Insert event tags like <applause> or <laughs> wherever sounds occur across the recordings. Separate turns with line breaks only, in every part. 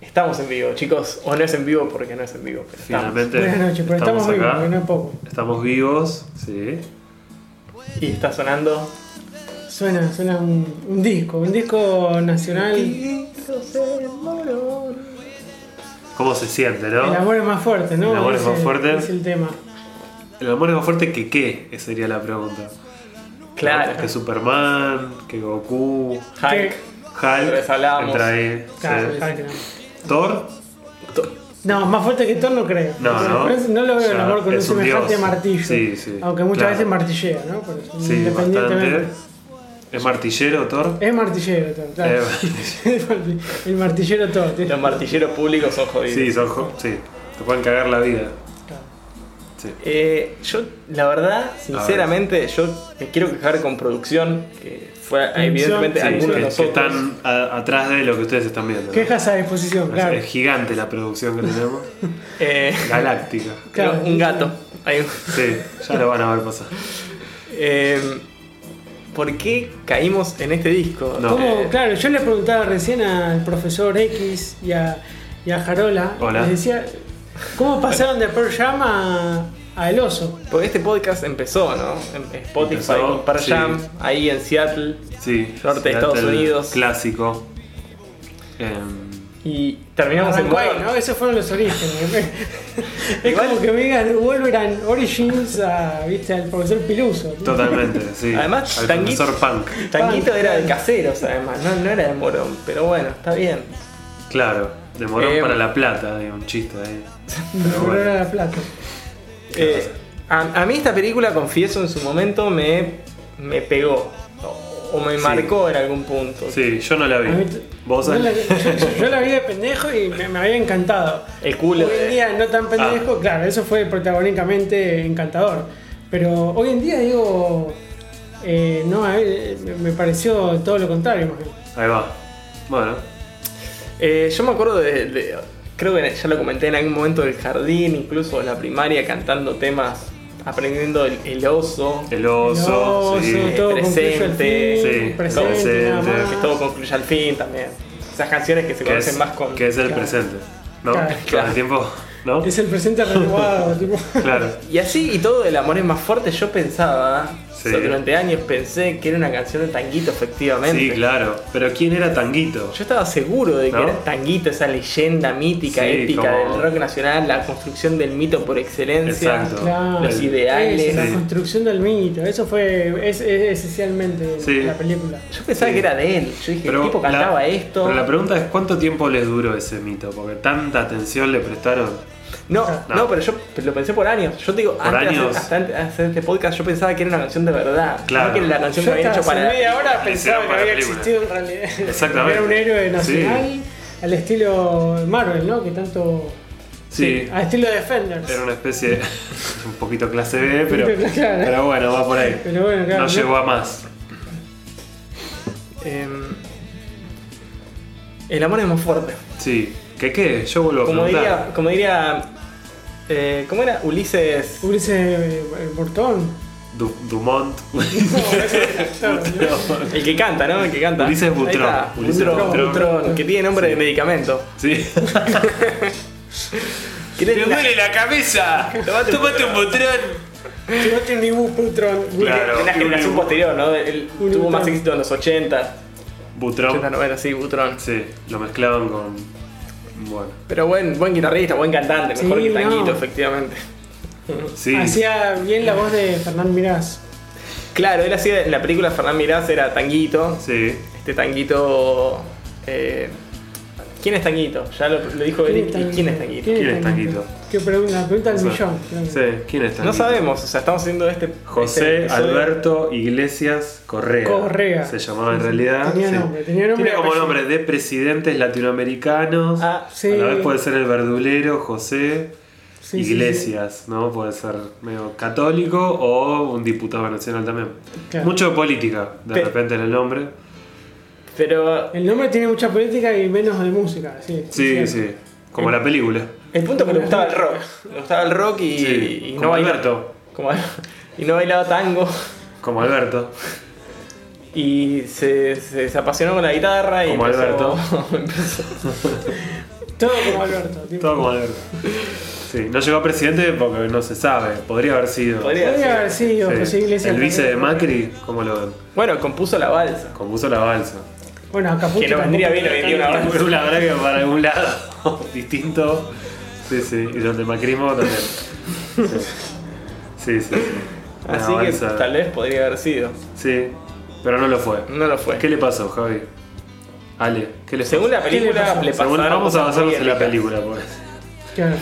Estamos en vivo, chicos. O no es en vivo porque no es en vivo. Pero estamos.
Finalmente
Buenas noches, pero estamos,
Este, estamos
vivos, que no
acá.
es poco.
Estamos vivos, sí.
Y está sonando.
Suena, suena un, un disco, un disco nacional.
¿Cómo se siente, no?
El amor es más fuerte, ¿no?
El amor es más
el-
fuerte.
Es el tema.
El amor es más fuerte que qué, Esa sería la pregunta.
Claro.
Que Superman, que Goku,
Hulk. Otra
Hulk.
vez hablábamos.
Entra ahí.
Claro,
sí.
claro que no.
Thor,
To-
No, más fuerte que Thor no creo.
No,
O sea,
no.
por eso no lo veo el
Ya,
amor con un
es un
semejante
dios.
martillo.
Sí, sí,
Aunque muchas
claro.
veces martillea, ¿no? Pero
sí,
independientemente.
bastante. ¿Es martillero Thor?
Es martillero, Thor, claro. <laughs> el martillero todo. tiene-
Los martilleros públicos son jodidos.
sí, son jo- sí, te pueden cagar la vida.
claro.
Sí.
Eh, yo, la verdad, sinceramente, yo me quiero quejar con producción, que fue evidentemente
Sí,
Algunos
alguno de
que, que
nosotros.
están a- atrás de lo que ustedes están viendo. ¿no?
Quejas a disposición,
Es-
claro.
Es gigante la producción que
<laughs>
tenemos.
Eh,
Galáctica.
Claro.
un gato. Hay un-
Sí, ya lo van a ver pasar.
Eh, ¿Por qué caímos en este disco?
No.
¿Cómo?
Eh,
Claro, yo le preguntaba recién al profesor X y a, y a Jarola.
Hola.
Les decía, ¿cómo pasaron de Pearl Jam a, a El Oso?
Porque este podcast empezó, ¿no? En Spotify
Empezó,
con Pearl
sí.
Jam, ahí en Seattle.
Sí.
Norte de
Seattle
Estados Unidos.
Clásico. Em,
Y terminamos en
Arrancó ahí,
Warner.
¿no? Esos fueron los
<laughs>
orígenes. es
Igual-
como que me digan Wolverine Origins a, ¿viste? al profesor Piluso.
totalmente, sí.
Además,
al
Tanguy-
profesor Punk.
Tanguito
Pan,
era de
pan.
caseros, además, no, no era de Morón, pero bueno, está bien.
Claro, de Morón
Em.
para La Plata, digo, un chiste ahí. <laughs> Pero
Pero
bueno,
era la plata.
Eh, a, a mí esta película, confieso, en su momento me, me pegó. O, o me
Sí.
marcó en algún punto.
Sí, yo no la
A
vi.
mí t-
Vos
yo, la,
Ale?
yo- yo la vi de pendejo y me, me había encantado.
El culo
Hoy
de-
en día no tan pendejo, claro, eso fue protagónicamente encantador. Pero hoy en día digo, eh, no, a ver, me- me pareció todo lo contrario. más bien.
Ahí va. Bueno,
Eh, yo me acuerdo de, de- Creo que ya lo comenté en algún momento del jardín, incluso de la primaria, cantando temas, aprendiendo el, el oso.
el oso,
No,
sí.
oso, todo
Presente.
presente, al fin,
Sí,
presente, nada
presente.
más.
Que todo concluye al fin también. Esas canciones que se
Que
conocen
es,
más con.
que es el
Claro.
presente. ¿No?
Claro.
Todo el tiempo, ¿no?
Es el presente renovado. tipo.
Claro.
Y así y todo, el amor es más fuerte. Yo pensaba,
Sí.
o sea, durante años pensé que era una canción de tanguito, efectivamente.
Sí, claro. Pero ¿quién era Tanguito?
Yo estaba seguro de que
¿No?
era Tanguito, esa leyenda mítica,
Sí,
épica
como-
del rock nacional, la construcción del mito por excelencia.
Exacto.
<laughs> Claro.
Los ideales.
Eso,
Sí.
La construcción del mito, eso fue es, es esencialmente
Sí.
la película.
Yo pensaba
Sí.
que era de él. Yo dije, el tipo
la-
cantaba esto.
Pero la pregunta es: ¿cuánto tiempo les duró ese mito? Porque tanta atención le prestaron.
No, no,
No.
pero yo lo pensé por años. Yo te digo, antes de hacer,
años.
hasta antes de hacer este podcast, yo pensaba que era una canción de verdad.
Claro.
No que era la canción que habían hecho
hasta
para.
hace media hora
hicieron
pensaba que
para
había
la película.
existido en realidad.
Exactamente.
Era un héroe nacional
Sí.
al estilo Marvel, ¿no? Que tanto.
Sí.
Al estilo Defenders.
Era una especie de. <laughs> un poquito clase B, pero.
Claro.
Pero bueno, va por ahí.
Pero bueno, claro.
No
¿no?
llegó a más.
Em, el amor es más fuerte.
Sí. ¿Qué qué? Yo vuelvo a
Como
preguntar.
diría, como diría. eh, ¿Cómo era? Ulises.
Ulises eh, Bortón.
<laughs> Du- Dumont.
<laughs>
El que canta, ¿no? El que canta.
Ulises Butrón.
Ahí está.
Ulises
Butrón,
Butrón.
Butrón, que tiene nombre de medicamento.
sí.
¿Quieres la-
la cabeza! ¡Tómate un botrón!
No tiene ningún Butrón.
Claro.
Una generación
Un-
posterior, ¿no? Él
Un
tuvo más
Butrón.
éxito en los 80.
Butrón.
80, 90, sí, Butrón.
Sí, lo mezclaban con. Bueno.
Pero buen, buen guitarrista, buen cantante, mejor
Sí,
que Tanguito,
no.
efectivamente.
Sí.
Hacía bien la voz de Fernán Mirás.
Claro, él hacía en la película Fernán Mirás era Tanguito.
Sí.
Este Tanguito. eh, ¿Quién es Tanguito? Ya lo, lo dijo él. ¿Y quién es Tanguito?
¿Quién es Tanguito?
Qué pregunta, la pregunta del millón. creo que.
Sí. ¿Quién está?
No sabemos, o sea, estamos haciendo este. este
José
episodio.
Alberto Iglesias Correa.
Correa.
Se llamaba en realidad.
Tenía
sí.
nombre, tenía nombre
Tiene
y
como
apellido.
nombre de presidentes latinoamericanos.
Ah,
sí.
A la vez puede ser el verdulero José
Sí, sí, sí.
Iglesias, ¿no? Puede ser medio católico o un diputado nacional también.
Claro.
Mucho de política, de
Pe-
repente en el nombre.
Pero
El nombre tiene mucha política y menos de música. Sí,
Sí, sí. Como la película.
el punto que le gustaba el rock. Le gustaba el rock y,
Sí,
y no
como
bailaba.
Alberto.
como- <laughs> y no bailaba tango.
Como Alberto.
Y se, se, se apasionó con la guitarra y <laughs>
Como
empezó-
Alberto.
empezó-
Todo como Alberto. tipo.
Todo como Alberto. Sí, no llegó a presidente porque no se sabe. Podría haber sido.
Podría
Podría haber sido
Sí.
posible ese
El vice de
también.
Macri, ¿cómo lo ven?
Bueno, compuso la balsa.
Compuso la balsa.
Bueno, Acapulco.
Que lo vendría bien hoy en día una balsa.
Por una verdad que para algún lado <laughs> distinto. Sí, sí. Y donde el macrismo también. Sí, sí, sí. sí. Una
Así que
balsa.
tal vez podría haber sido.
Sí, pero no lo fue.
No lo fue.
¿Qué le pasó, Javi? Ale, ¿qué le
Según la
¿Qué le
película,
pasó?
le
Según-
pasaron
Vamos a
cosas muy
basarnos en la
ricas.
película, pues.
Claro.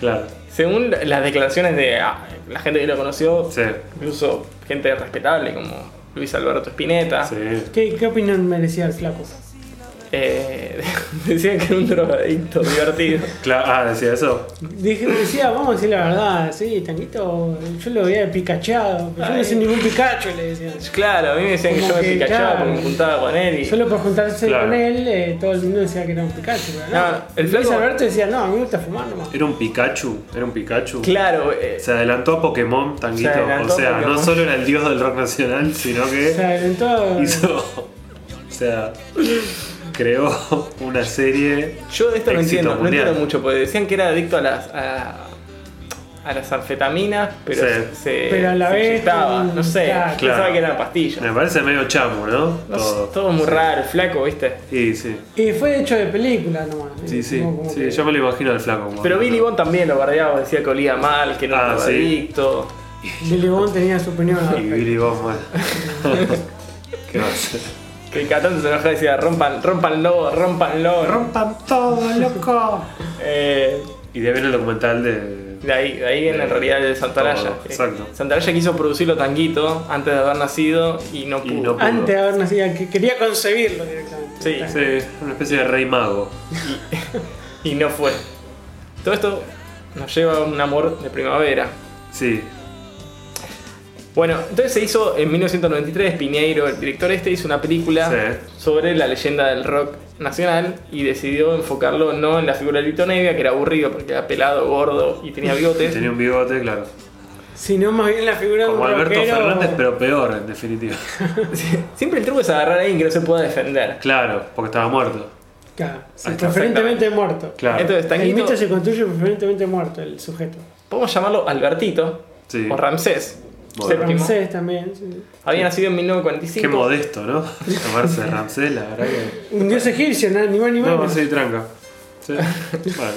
Claro.
Según las declaraciones de ah, la gente que lo conoció,
Sí.
incluso gente respetable como Luis Alberto Spinetta,
Sí.
¿Qué, ¿Qué opinión merecía el flaco?
eh, <laughs> decían que era un drogadicto divertido.
Claro, ah, decía eso.
Dije, decía, vamos a decir la verdad, sí, Tanguito, yo lo veía de picachado, pero yo no
Ay.
soy ningún picacho, le decía.
Claro, a mí me decían que
Como
yo me
que,
picachaba
claro.
porque me juntaba con él y.
Solo por juntarse
Claro.
con él, eh, todo el mundo decía que era un Pikachu. pero
No, Ah, el
Luis
flaco-
Alberto decía, no, a mí me gusta fumar nomás.
Era un Pikachu. Era un Pikachu.
Claro, eh,
Se adelantó a Pokémon, Tanguito.
Se adelantó
o sea,
a Pokémon.
no solo era el dios del rock nacional, sino
O
que
sea, en
<laughs>
todo-
hizo. O sea, creó una serie.
yo de esto no
Éxito
entiendo,
mundial.
no entiendo mucho, porque decían que era adicto a las. a, a las anfetaminas, pero
Sí.
se.
Pero a la
se
vez,
inyectaba, no sé,
claro.
pensaba que eran pastillas.
Me parece medio chamo, ¿no?
No sé, todo. muy raro, flaco, viste.
Sí, sí.
Y fue hecho de película nomás. ¿eh?
Sí, sí.
Como- como
Sí,
que-
yo me lo imagino al flaco. como-
Pero Billy Bond también lo bardeaba, decía que olía mal, que no
Ah,
era
sí.
adicto.
Billy Bond tenía su opinión. al
Y
respecto.
Billy
<laughs>
Bob, bueno. ¿Qué va a hacer?
Que Catán se enojaba y decía, rompan, rompanlo, rompanlo.
¡Rompan todo, loco!
Eh,
Y de ahí viene el documental de.
de ahí, de ahí viene en realidad el de Santaraya.
Todo, exacto.
Santaraya quiso producirlo tanguito antes de haber nacido y no
Y
pudo.
no pudo.
Antes de haber nacido, que quería concebirlo directamente.
Sí.
Claro.
Sí, una especie de rey mago.
Y no fue. Todo esto nos lleva a un amor de primavera.
Sí,
Bueno, entonces se hizo en 1993, Piñeiro, el director este, hizo una película
Sí.
sobre la leyenda del rock nacional y decidió enfocarlo no en la figura de Lito Nevia, que era aburrido porque era pelado, gordo y
<laughs>
tenía bigotes.
tenía un bigote, claro.
Sino más bien la figura
Como
de un
Alberto
rockero-
Fernández, pero peor, en definitiva. <laughs>
Siempre el truco es agarrar a alguien que no se pueda defender.
Claro, porque estaba muerto.
Claro, sí,
Ahí está,
preferentemente muerto.
Claro.
Entonces,
El
Tanguito,
mito se construye preferentemente muerto, el sujeto.
podemos llamarlo Albertito
Sí.
o Ramsés.
Bueno.
séptimo.
Ramsés también. sí.
Había nacido en
Qué
1945.
modesto,
<laughs>
¿no? Llamarse Ramsés, la verdad que.
Un dios egipcio, nada, ni más ni
No,
menos.
sí, tranca.
<laughs>
Sí. Bueno,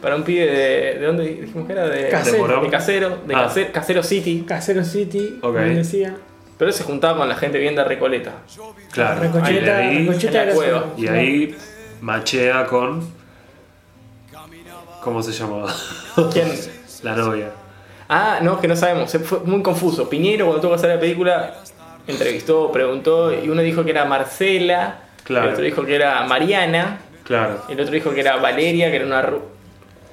para un pibe de. ¿De dónde dijimos que era? De
Casero.
de Morón. De casero, de
Ah.
Case- casero City.
Casero City,
Ok.
como decía.
Pero él se juntaba con la gente bien de Recoleta.
claro. Y de
Recocheta,
Ah, ahí,
Recocheta
en la
era su-
cueva.
y ahí machea con. ¿Cómo se llamaba? <laughs>
¿Quién?
La novia.
Ah, no, que no sabemos. Se Fue muy confuso. Piñero, cuando tuvo que hacer la película, entrevistó, preguntó, y uno dijo que era Marcela,
Claro.
el otro dijo que era Mariana,
Claro.
el otro dijo que era Valeria, que era una... ru-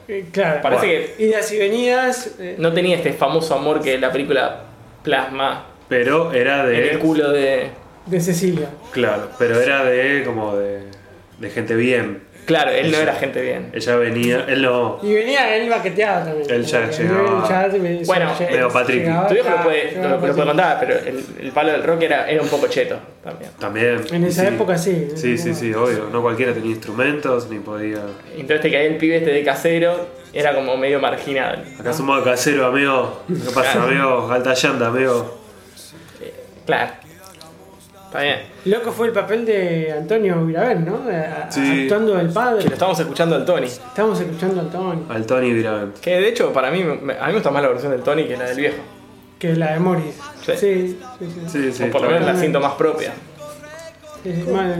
Eh, Claro.
Parece
Idas y venidas. eh,
que no tenía este famoso amor que la película plasma
Pero era de.
en el culo de...
de Cecilia.
Claro, pero era de como de, de gente bien.
Claro, él no
Ella.
era gente bien.
Ella venía, él no.
Y venía él baqueteado también.
Él ya
Como que
llegaba.
él ya me-
Bueno,
ya-
medio
Patrick.
llegaba,
Tu viejo lo puede,
claro,
lo, lo puede contar, pero el, el palo del rock era, era un poco cheto también.
También.
En esa
Sí.
época sí.
Sí, sí, sí, obvio. No cualquiera tenía instrumentos, ni podía.
Entonces te caía el pibe este de casero, era como medio marginal.
Ah.
Acá somos casero, amigo. ¿Qué pasa, amigo? Alta yanda, amigo.
Claro. Está bien.
Loco fue el papel de Antonio Virabén, ¿no? A- a-
Sí.
Actuando del padre.
Que lo estamos escuchando al Tony.
Estamos escuchando al Tony,
Al Tony Viravent.
Que de hecho, para mí, me- a mí me gusta más la versión del Tony que la del viejo.
que es la de Morris.
Sí.
sí, sí. sí.
Sí, sí.
o por lo
está
menos
bien.
la siento más propia.
Es más,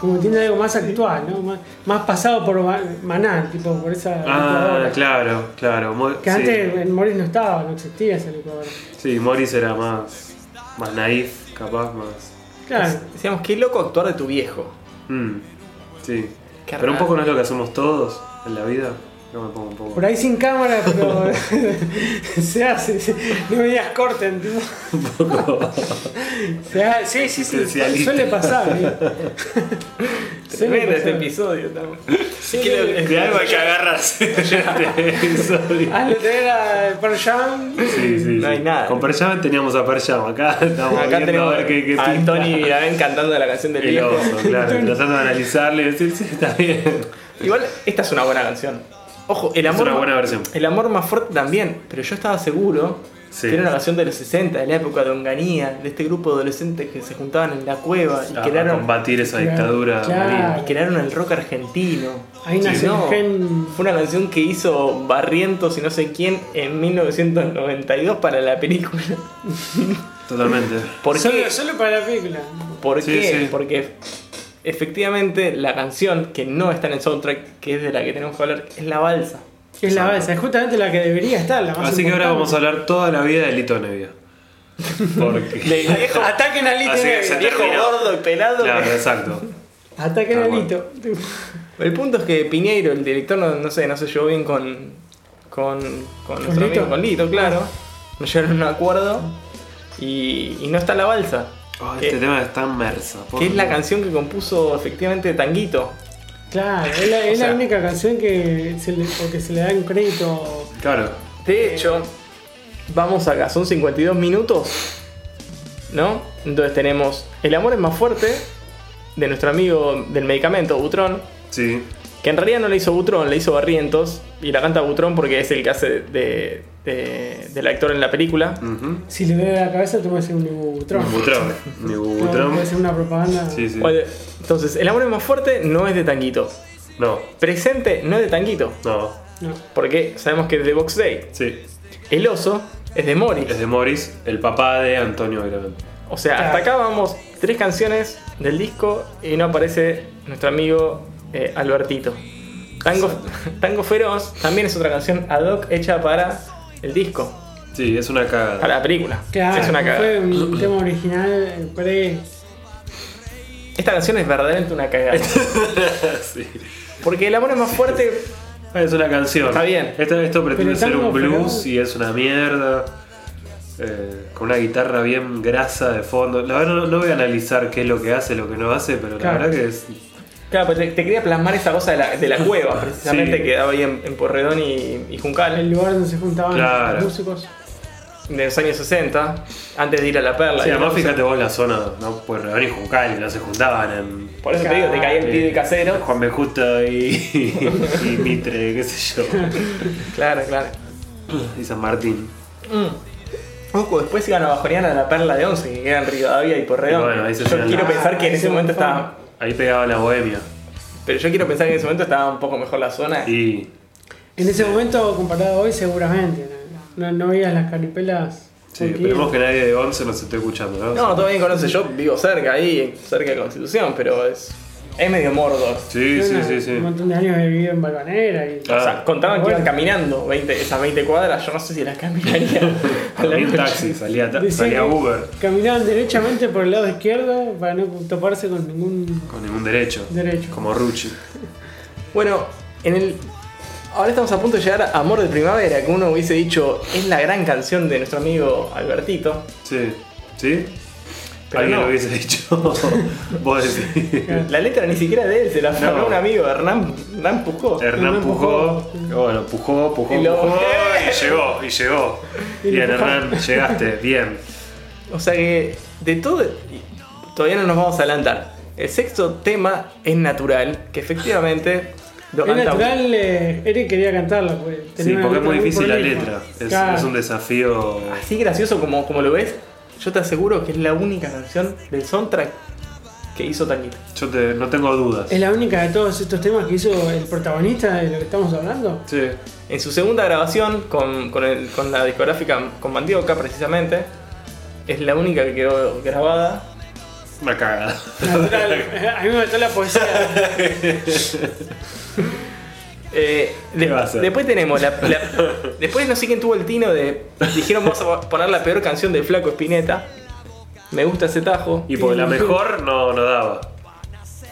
como tiene algo más actual, ¿no? Más, más pasado por Ma- Maná, tipo por esa
Ah,
licuadora.
claro, claro. Mo-
Que
sí.
antes en Morris no estaba, no existía esa licuadora.
Sí, Morris era más. Más naif, capaz, más.
Claro,
Decíamos, qué loco actuar de tu viejo.
Mm, Sí.
Qué
Pero un
raro.
poco no es lo que hacemos todos en la vida. Yo me pongo un poco.
por ahí sin cámara, pero <laughs> se hace, se- no me digas corten, tipo. <laughs> Se hace- sí, sí, sí,
Especialista. <laughs>
suele pasar. ¿eh?
Tremendo este
pasado.
episodio también.
Sí,
Creo que-
De algo hay que agarras. <laughs>
Hazlo tener a Perjan.
Sí, sí, sí.
No hay nada.
Con Perjaman teníamos a Perjaman. Acá estamos
Acá
viendo a
tenemos
ver qué, qué
a
pinta.
Tony Mirabén cantando la canción del
<laughs> El
viejo.
oso, claro. Tratando de analizarle y decir, sí, está bien.
Igual, esta es una buena canción. Ojo, el
Es
amor.
una buena versión.
El amor más fuerte también, pero yo estaba seguro
Sí.
que era una canción de los 60, de la época de Onganía, de este grupo de adolescentes que se juntaban en la cueva y
A, a
crearon,
combatir esa
Claro,
dictadura.
claro.
marina.
y crearon el rock argentino.
Ahí
Sí,
nació
no.
el gen.
Fue una canción que hizo Barrientos y no sé quién en 1992 para la película.
Totalmente.
¿Por
solo,
qué?
solo para la película.
¿Por
Sí,
qué?
sí.
Porque efectivamente la canción que no está en el soundtrack, que es de la que tenemos que hablar, es La
<laughs>
Balsa.
Que es la balsa, es justamente la que debería estar, la más
Así que ahora vamos a
importante.
hablar toda la vida de Lito Nevia.
<laughs>
Porque.
Del viejo,
Ataquen a Lito.
Así que
Nevia.
se
viejo
terminó.
gordo y pelado. que-
Claro, exacto.
Ataquen
Ah,
a
bueno.
Lito.
El punto es que Piñeiro, el director, no, no sé, no se llevó bien con. con. con nuestro
Lito?
amigo, con Lito, claro. No llegaron a un acuerdo. Y, y no está la balsa.
Oh,
que,
este tema está inmerso. por
que es la
Dios.
canción que compuso efectivamente Tanguito.
<laughs> Claro, es la, es
O
la
sea-
única canción que se le, porque se le da un crédito.
Claro.
De hecho, vamos acá, son 52 minutos. ¿No? Entonces tenemos El amor es más fuerte de nuestro amigo del medicamento, Butrón.
Sí.
Que en realidad no la hizo Butrón, la hizo Barrientos. Y la canta Butrón porque es el que hace de- de- del actor en la película.
Ujú.
Si le duele la cabeza, te voy a hacer un Nibutron.
Butrón. Ni Butrón.
Puede ser una propaganda.
Sí, sí.
Bueno, entonces, el amor es más fuerte no es de Tanguito.
No,
Presente no es de Tanguito.
no.
No.
Porque sabemos que es de Box Day.
Sí.
El oso es de Mori.
Es de Morris, el papá de Antonio Gravante.
O sea,
Claro.
hasta acá vamos tres canciones del disco y no aparece nuestro amigo eh, Albertito. Tango, <laughs> Tango Feroz también es otra canción ad hoc hecha para el disco,
Sí, es una
para
cagada.
la película.
Claro,
es una cagada.
<clears throat>
fue un tema original eh, pre.
Esta canción es verdaderamente una
<laughs>
cagada.
Sí.
Porque el amor es más fuerte.
Ah, Es una canción.
Está bien.
Esta- esto pretende
Pero
ser
tango,
un blues
pero-
y es una mierda. Eh, con una guitarra bien grasa de fondo. La verdad, no, no voy a analizar qué es lo que hace, lo que no hace, pero
Claro.
la verdad que es.
Claro, pero te, te quería plasmar esa cosa de la, de la cueva, precisamente,
Sí.
que daba ahí en, en Porredón y, y
El
Juncal,
lugar donde se juntaban
Claro.
los músicos.
de los años 60, antes de ir a La Perla.
Sí,
Y
además,
entonces-
fíjate vos la zona, ¿no? Pues Redón y Juncal, no se juntaban en.
Por eso te digo, te caía el pie de casero.
Juan Bejuto y, <laughs> y Mitre, qué sé yo.
Claro, claro.
Y San Martín.
Mm. Ojo, después iban a bajonear a La Perla de Once, que queda en Rivadavia y Porredón.
Y bueno, ahí se
yo
llenan
quiero
la-
pensar que en
ahí
ese
se
momento
montón.
estaba...
Ahí pegaba la bohemia.
Pero yo quiero pensar que en ese momento estaba un poco mejor la zona.
Y.
En ese momento, comparado a hoy, seguramente. No, no veías las caripelas.
Sí,
con
esperemos que nadie de 11 nos esté escuchando, ¿no?
No, todavía conoce, yo vivo cerca ahí, cerca de Constitución, pero es, es medio mordor.
Sí, sí,
Tiene
sí, sí.
Un montón de años he vivido en Balvanera y.
Ah,
O sea, contaban que
Bueno.
iban caminando 20, esas 20 cuadras, yo no sé si las <laughs> caminaría. a la
Salía en
noche.
taxi, salía, ta-
Decía
salía
que
Uber
Caminaban derechamente por el lado izquierdo para no toparse con ningún
con ningún derecho.
derecho.
Como Rucci.
Bueno, en el. Ahora estamos a punto de llegar a Amor de Primavera, que uno hubiese dicho es la gran canción de nuestro amigo Albertito.
Sí. ¿Sí?
Pero
Alguien
no.
lo hubiese dicho. <laughs> Vos decís.
Ah.
La letra ni siquiera es de él, se la formó
No. Eh.
un amigo, Hernán, Hernán Pujó.
Hernán
Hernán
pujó,
pujó.
que bueno, pujó, pujó,
Y lo-
pujó y llegó, y llegó.
Y
Bien,
lo pujó.
Hernán, llegaste, bien.
O sea que de todo. Todavía no nos vamos a adelantar. El sexto tema es natural, que efectivamente lo
Es
canta-
natural, eh, Eric quería cantarla. Porque
Sí,
tenía
porque
una
es muy
letra
difícil la
prolija.
letra. Es,
Claro.
es un desafío.
Así gracioso como, como lo ves, yo te aseguro que es la única canción del soundtrack que hizo Tanguito.
Yo te- no tengo dudas.
Es la única de todos estos temas que hizo el protagonista de lo que estamos hablando.
Sí.
En su segunda grabación con, con el- con la discográfica con Mandioca precisamente, es la única que quedó grabada.
Una cagada. <laughs>
Natural. <laughs> A mí me mató la poesía.
Eh, de-
¿Qué va a hacer?
después tenemos la,
<laughs>
la- después no sé quién tuvo el tino de dijeron vamos a poner la peor canción del flaco Spinetta. Me gusta ese tajo.
Y porque la mejor no, no daba.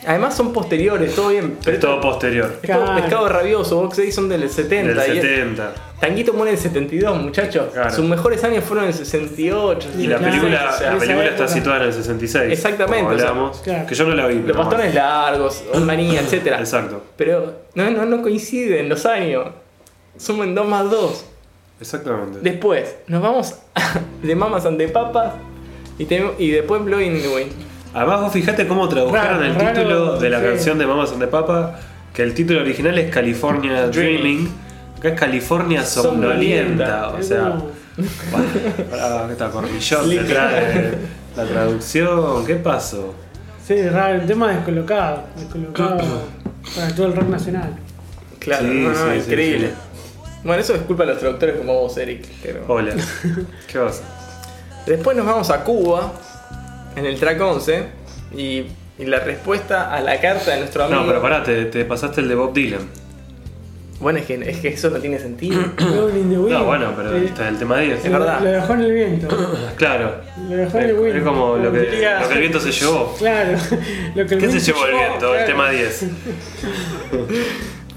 Además son posteriores, todo bien. Pero
Es todo posterior.
es todo
Claro.
pescado rabioso, Box Day son del 70.
Del
y es-
70.
Tanguito muere en el 72, muchachos.
Claro.
Sus mejores años fueron en el 68.
Y la
Claro,
película,
o sea,
la
esa
película está
época.
situada en el 66.
Exactamente,
como
o sea,
hablamos.
claro.
Que yo no la vi.
Los
pero
bastones largos, manía, etc.
Exacto.
Pero no, no, no coinciden los años. Sumen 2 más 2.
Exactamente.
Después, nos vamos a- <laughs> de mamas ante papas y, tenemos- y después Blow in the Wind.
Además, vos fijate cómo tradujeron
Raro,
el
raro,
título de la
sí.
canción de Mamas and the Papa, que el título original es California Dreaming. Acá es California Somnolienta.
Uh.
O sea,
No.
bueno, pará, que está cornillón te
Slick.
trae la traducción. ¿Qué pasó?
Sí, raro, el tema descolocado. Descolocado para todo el
<coughs>
rock nacional.
Claro,
Sí,
no, no,
sí, Oh. sí,
increíble. Bueno, eso es culpa de los traductores como vos, Eric. pero-
Hola. ¿Qué pasa?
Después nos vamos a Cuba en el track 11 y, y la respuesta a la carta de nuestro amigo.
No, pero pará, te, te pasaste el de Bob Dylan.
Bueno, es que, es que eso no tiene
<clears throat>
sentido.
Rolling in the Wind.
No, bueno, pero
Eh,
está el tema 10.
Es verdad.
Lo dejó en el viento.
Claro.
Lo dejó en el
Es,
viento.
es como lo que, lo que el viento se llevó.
Claro. <laughs> Lo que el
¿Qué se
viento
llevó el viento? El
claro.
tema 10.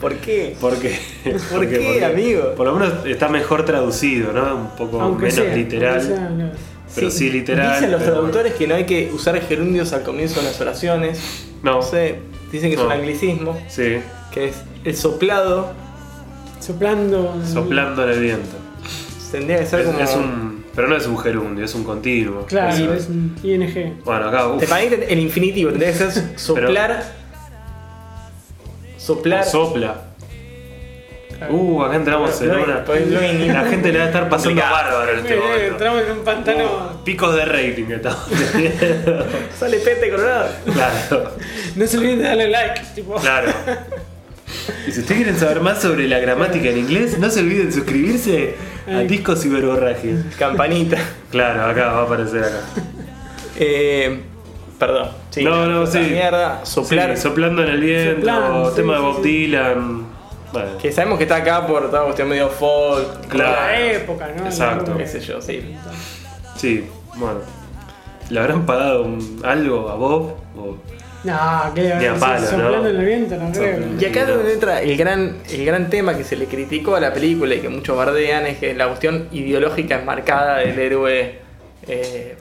¿Por qué?
¿Por qué?
<laughs>
¿Por qué, amigo?
Por lo menos está mejor traducido, ¿no? Un poco
Aunque
menos
sea,
literal.
aunque sea, no.
Pero sí, literal.
Dicen los
pero-
traductores que no hay que usar gerundios al comienzo de las oraciones.
No.
No sé, dicen que es
No.
un anglicismo,
Sí,
que es el soplado.
Soplando.
soplando en el viento.
Tendría que ser
Es,
como.
es un, pero no es un gerundio, es un continuo. Eso
Claro,
es.
es un ING.
Bueno, acá, uf,
Te parece el infinitivo, tendría que
<laughs>
ser soplar. soplar.
sopla.
Claro.
Uh, acá entramos en
Blow-
una.
blow- blowing in-
La gente le va a estar pasando
Complicado.
bárbaro en este
Eh, eh,
momento.
entramos en un pantano.
Uh, Picos de rating que estamos teniendo. <laughs>
<laughs> Sale Pete Colorado.
Claro.
No se olviden de darle like. Tipo.
Claro. Y si ustedes quieren saber más sobre la gramática en inglés, no se olviden suscribirse a Discos Ciberborraje.
Campanita.
Claro, acá va a aparecer acá.
Eh, perdón. Sí,
No, no,
esa
sí.
Mierda, soplar.
Sí, soplando en el viento,
Soplando, sí,
tema de
sí,
Bob
sí.
Dylan. Bueno,
Que sabemos que está acá por toda cuestión medio folk.
Claro.
La época, ¿no?
Exacto.
Qué sé yo, sí.
sí, bueno. ¿Le habrán pagado un- algo a Bob? O-
No, que
Ni a palo,
soplando
¿no?
en el viento, no creo.
Soplando.
Y acá es
Mira.
donde entra el gran, el gran tema que se le criticó a la película y que muchos bardean es que la cuestión ideológica enmarcada del héroe eh,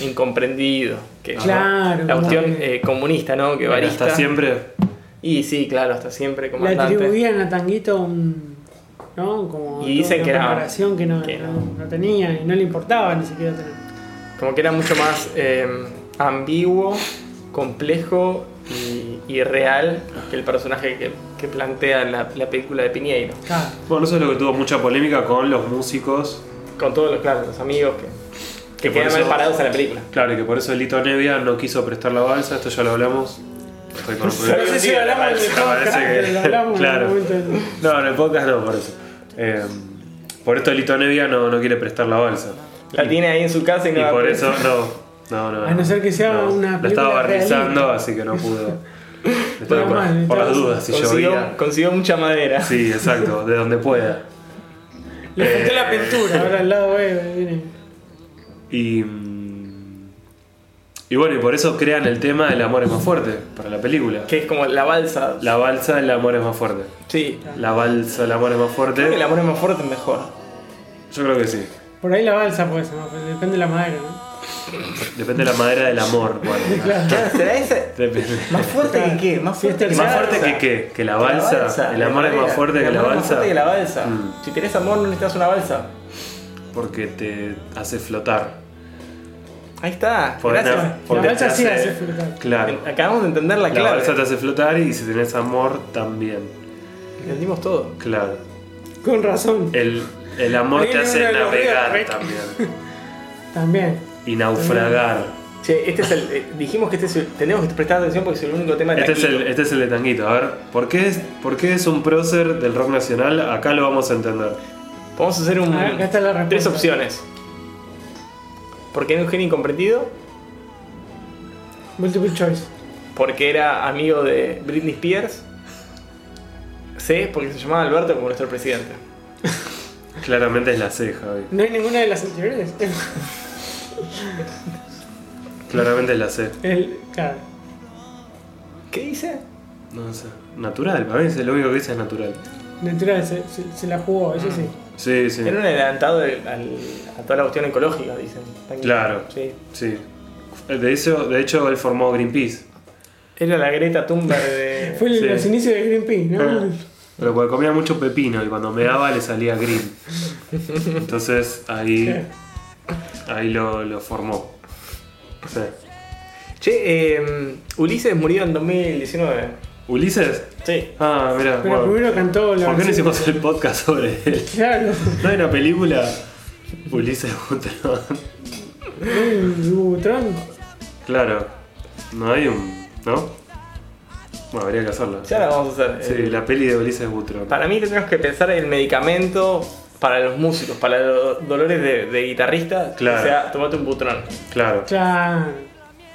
incomprendido. Que es
Claro,
La cuestión
como-
eh, comunista, ¿no? Que
Bueno,
barista.
hasta siempre.
Y sí, claro, hasta siempre
Le
comandante.
atribuían a Tanguito un. ¿No? Como
Y dicen
una
que era-
preparación que, no,
que
no-
no.
no tenía y no le importaba ni siquiera tener.
Como que era mucho más eh, ambiguo, complejo y, y real que el personaje que, que plantea la, la película de Piñeiro.
Claro.
Bueno, eso es lo que tuvo mucha polémica con los músicos.
Con todos los, claro, los amigos que, que
por
quedan
eso-
mal parados en la película.
Claro, y que por eso Lito Nevia no quiso prestar la balsa, esto ya lo hablamos. Estoy
<laughs>
con un
No sé si lo hablamos en el
Me parece
podcast,
que-
lo
<laughs>
hablamos
claro.
en algún momento.
No, en el podcast no, por eso. Eh, por esto Lito Nevia no, no quiere prestar la balsa.
La tiene ahí en su casa y no
Y
la
por
puede-
eso no. No, no.
A no ser que sea una
Lo estaba
película
barrizando, así que no
<laughs>
pudo. Estaba
Bueno,
por,
mal,
por las
entonces,
dudas, si
consiguió,
llovía.
consiguió mucha madera.
Sí, exacto, de donde pueda.
Le faltó la pintura. Eh, Ahora al lado B viene.
Y. mm, Y bueno, y por eso crean el tema del amor es más fuerte para la película.
Que es como la balsa.
La balsa del amor es más fuerte.
Sí.
La balsa del amor es más
Creo que el
fuerte.
amor es más fuerte, mejor.
Yo creo que sí.
Por ahí la balsa puede ser, ¿no? Pero depende de la madera, ¿no?
Depende de la madera del amor.
<laughs>
Bueno,
Claro, ¿será ese?
depende.
¿Más fuerte que qué? ¿Más fuerte que
Más
la
fuerte
balsa?
que qué? Que la balsa. El
la
amor es más
madera.
fuerte que
El
la
amor es más
balsa.
fuerte que la balsa.
Mm.
Si tenés amor, no necesitas una balsa.
Porque te hace flotar.
Ahí está.
Porque
Gracias.
na- porque
La balsa
te
sí hace flotar.
Claro.
Acabamos de entender la
La
clave.
balsa te hace flotar y si tenés amor también.
Entendimos todo.
Claro.
Con razón.
El, el amor
Ahí
te
no
hace
era lo
navegar
real.
también.
También.
Y naufragar.
Che, este es el. eh, dijimos que este es el- tenemos que prestar atención porque es el único tema de
Este es,
Taquito.
el, este es el de Tanguito. A ver, ¿por qué, es, ¿por qué es un prócer del rock nacional? Acá lo vamos a entender.
Vamos a hacer un.
Ah, acá está la respuesta.
tres opciones. Porque era un genio incomprendido,
Multiple choice.
porque era amigo de Britney Spears. C, porque se llamaba Alberto como nuestro presidente.
Claramente es la C, Javi.
No hay ninguna de las anteriores. <laughs>
Claramente es la C.
El, claro.
¿Qué dice?
No sé. Natural, para mí es lo único que dice es natural.
Natural, se, se- se la jugó,
Mm.
eso sí.
Sí, sí.
Tiene un adelantado del- al- a toda la cuestión ecológica, dicen. Tan-
Claro.
Sí.
Sí. De hecho, de hecho, él formó Greenpeace.
Era la Greta Thunberg de...
<laughs> Fue el-
Sí.
los inicios de Greenpeace, ¿no?
Pero porque comía mucho pepino y cuando me daba le salía green. Entonces ahí, ahí lo, lo formó. Sí.
Che, eh, Ulises murió en 2019.
¿Ulises?
Sí.
Ah, mira.
Pero primero cantó la.
¿Por qué no
canción-
hicimos el podcast sobre él?
Claro,
¿No hay una película? Ulises Butrón.
el Butron.
Claro. No hay un. ¿No? Bueno, habría que hacerlo.
Ya la vamos a hacer.
Sí,
Eh,
la peli de Ulises Butrón.
Para mí tenemos que pensar el medicamento para los músicos, para los dolores de, de guitarrista.
Claro.
O sea, tomate un butrón.
Claro.
Claro.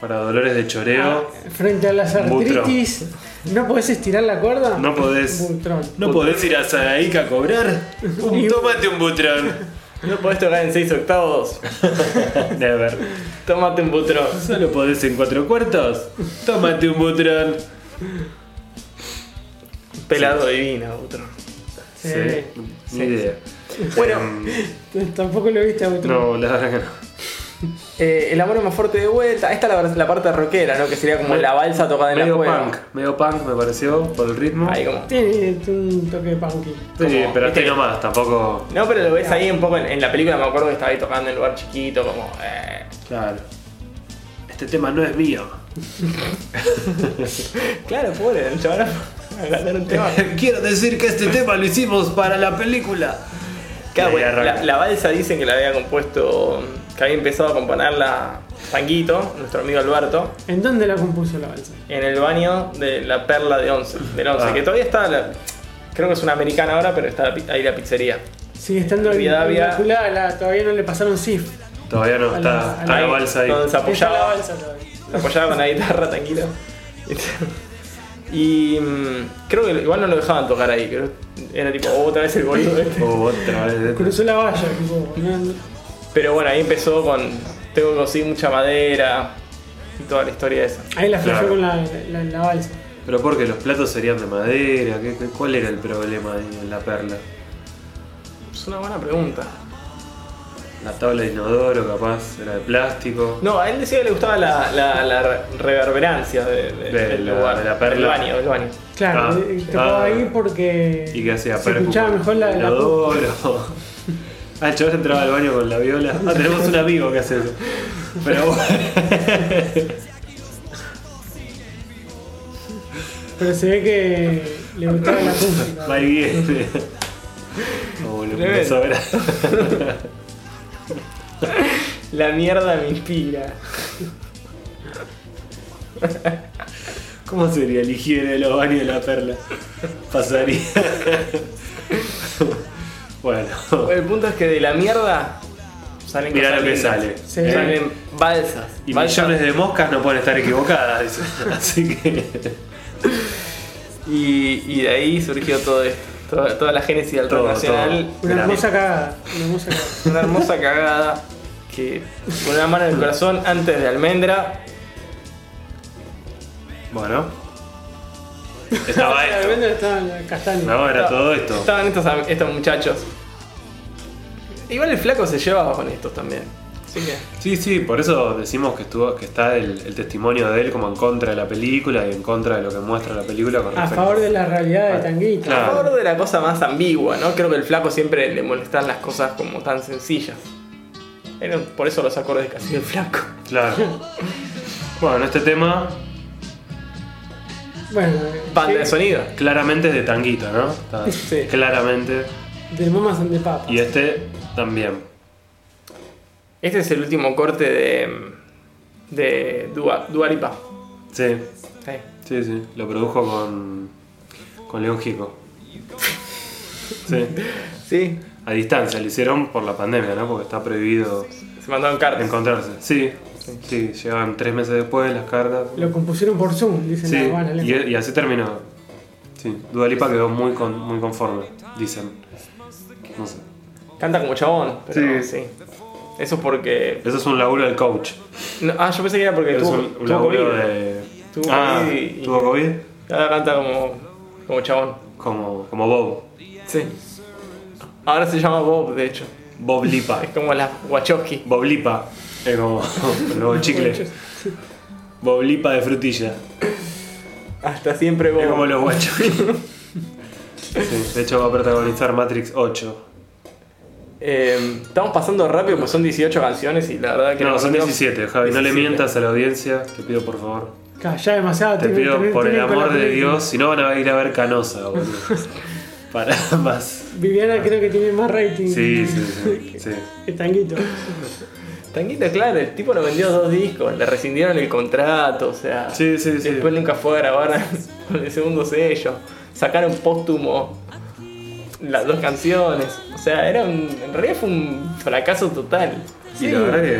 Para dolores de
Ah,
choreo.
Ah, Frente a las
Butron.
artritis, ¿no podés estirar la cuerda?
No podés.
Butron.
No podés ir a Zanaica a
<laughs>
cobrar. Un, tómate un butrón.
No podés tocar en 6 octavos.
Never.
Tómate un butrón.
Solo podés en cuatro cuartos. Tómate un butrón.
Pelado divino, butrón.
Sí.
Ni idea.
Bueno,
Mm,
Tampoco lo viste a Butron.
No, la verdad que no.
eh, el amor es más fuerte de vuelta. Esta es la, la parte rockera, ¿no? Que sería como la balsa tocada en la
Medio
cueva.
punk. Medio punk me pareció por el ritmo.
Ahí como.
Tiene un toque de punky.
Sí,
como- viste
pero así
que-
nomás, tampoco.
No, pero lo ves ahí un poco en, en la película. Me acuerdo que estaba ahí tocando en un lugar chiquito, como. eh,
Claro. Este tema no es mío.
Claro, pobre, el chaval a ganar un tema.
<laughs> Quiero decir que este tema lo hicimos para la película.
Claro,
Y ahí
bueno,
arranca.
la, la balsa dicen que la había compuesto, que había empezado a componerla Tanguito, nuestro amigo Alberto,
¿En dónde la compuso la balsa?
en el baño de la Perla de Once, del Once,
Ah.
que todavía está, la- creo que es una americana ahora, pero está la pi- ahí la pizzería.
Sigue estando en-
Rivadavia.
inmaculada, la- todavía no le pasaron SIF.
Todavía no,
A
está,
la- a
está
ahí,
la balsa ahí.
Donde se
Está la
apoyaba,
balsa todavía.
se apoyaba con la guitarra Tanguito. <laughs> Y mm, creo que igual no lo dejaban tocar ahí, pero era tipo, "Oh, otra vez el boludo este.
Oh, otra vez.
Cruzó la valla, tipo. no- no-
Pero bueno, ahí empezó con, tengo que conseguir mucha madera y toda la historia esa.
Ahí la flashó
Claro.
con la, la- la- la balsa.
Pero porque los platos serían de madera, ¿Qué, qué- cuál era el problema ahí en la perla?
Es una buena pregunta.
La tabla de inodoro capaz era de plástico.
No, a él decía que le gustaba la, la- la re- reverberancia de- de-
De
del
la-
lugar.
de la perla.
Del baño, del baño.
Claro,
Ah,
eh, tocaba
ah.
ahí porque.
¿Y qué hacía?
Se escuchaba
Percu-
mejor la. la-
Inodoro. <laughs> Ah, el chaval entraba al baño con la viola. Ah, tenemos un amigo que hace eso. Pero
<laughs>
bueno.
pero se ve que le gustaba la acústica.
Va y viene. Oh, lo empezó a ver.
La mierda me inspira.
¿Cómo sería el higiene de los baños de la perla? Pasaría. <laughs> bueno.
El punto es que de la mierda salen
Mirá
cosas
lo que
lindas.
sale.
Sí.
Salen balsas.
Y
balsas.
millones de moscas no pueden estar equivocadas. dice. <laughs> Así que.
Y, y de ahí surgió todo esto. Toda, toda la génesis del rock
Todo,
nacional.
Una
Grande.
hermosa cagada. Una hermosa cagada.
Una hermosa cagada que con una mano en el corazón antes de almendra.
Bueno. <laughs> Estaba
La
esto.
venda estaba en la castaña.
Ah, No, era todo esto.
Estaban estos, am- estos muchachos. Igual el flaco se llevaba con estos también. Así que.
Sí, sí, por eso decimos que estuvo, que está el, el testimonio de él como en contra de la película y en contra de lo que muestra la película con
A
respecto
favor de la realidad de Tanguita.
A
Claro.
favor de la cosa más ambigua, ¿no? Creo que el flaco siempre le molestan las cosas como tan sencillas. Era por eso los acordes que hacía el flaco.
Claro. Bueno, este tema
Bueno,
Banda de
eh,
sonido.
claramente es de tanguito, ¿no?
<laughs>
Está-
Sí.
Claramente.
de Mamas and the Papas.
Y este también.
Este es el último corte de. de Dua, Dualipa.
Sí,
Sí.
sí, sí. Lo produjo con. con León Gico. Sí.
Sí,
A distancia, lo hicieron por la pandemia, ¿no? Porque está prohibido
se mandaron cartas.
encontrarse. Sí, sí, llegaban tres meses después las cartas.
Lo compusieron por Zoom, dicen "Ah,
Sí,
la hermana.
y, y así terminó. Sí, Dualipa quedó muy, con- muy conforme, dicen. No sé.
Canta como chabón, pero sí.
Sí.
Eso es porque.
Eso es un laburo del coach.
no, ah, yo pensé que era porque
Es
tuvo,
un, un
tuvo
laburo
COVID.
de.
Tuvo
Ah,
COVID y, y
¿tuvo COVID?
ahora canta como, como chabón.
Como, como Bob.
Sí. Ahora se llama Bob, de hecho.
Bob Lipa.
Es como la Wachowski.
Bob Lipa. Es como, <laughs> como chicle. Bob Lipa de frutilla.
Hasta siempre
Es como
Bob.
los guachos. Sí, de hecho va a protagonizar Matrix 8.
Eh, estamos pasando rápido porque son 18 canciones y la verdad que
No, son
tengo-
17, Javi. No le
17.
mientas a la audiencia. Te pido por favor.
Claro, ya demasiado.
Te
tienen-
pido
tienen-
por el
tienen con la
amor de
película.
Dios. Si no van a ir a ver Canosa, boludo. Para más.
Viviana creo que tiene más rating
Sí, sí, sí. sí.
que Tanguito.
Tanguita, claro, el tipo lo vendió dos discos, le rescindieron el contrato, o sea.
Sí, sí, sí.
Después nunca fue a grabar <laughs> con el segundo sello. Sacaron póstumo las dos canciones. O sea, era un, en realidad fue un fracaso total.
Y la verdad que.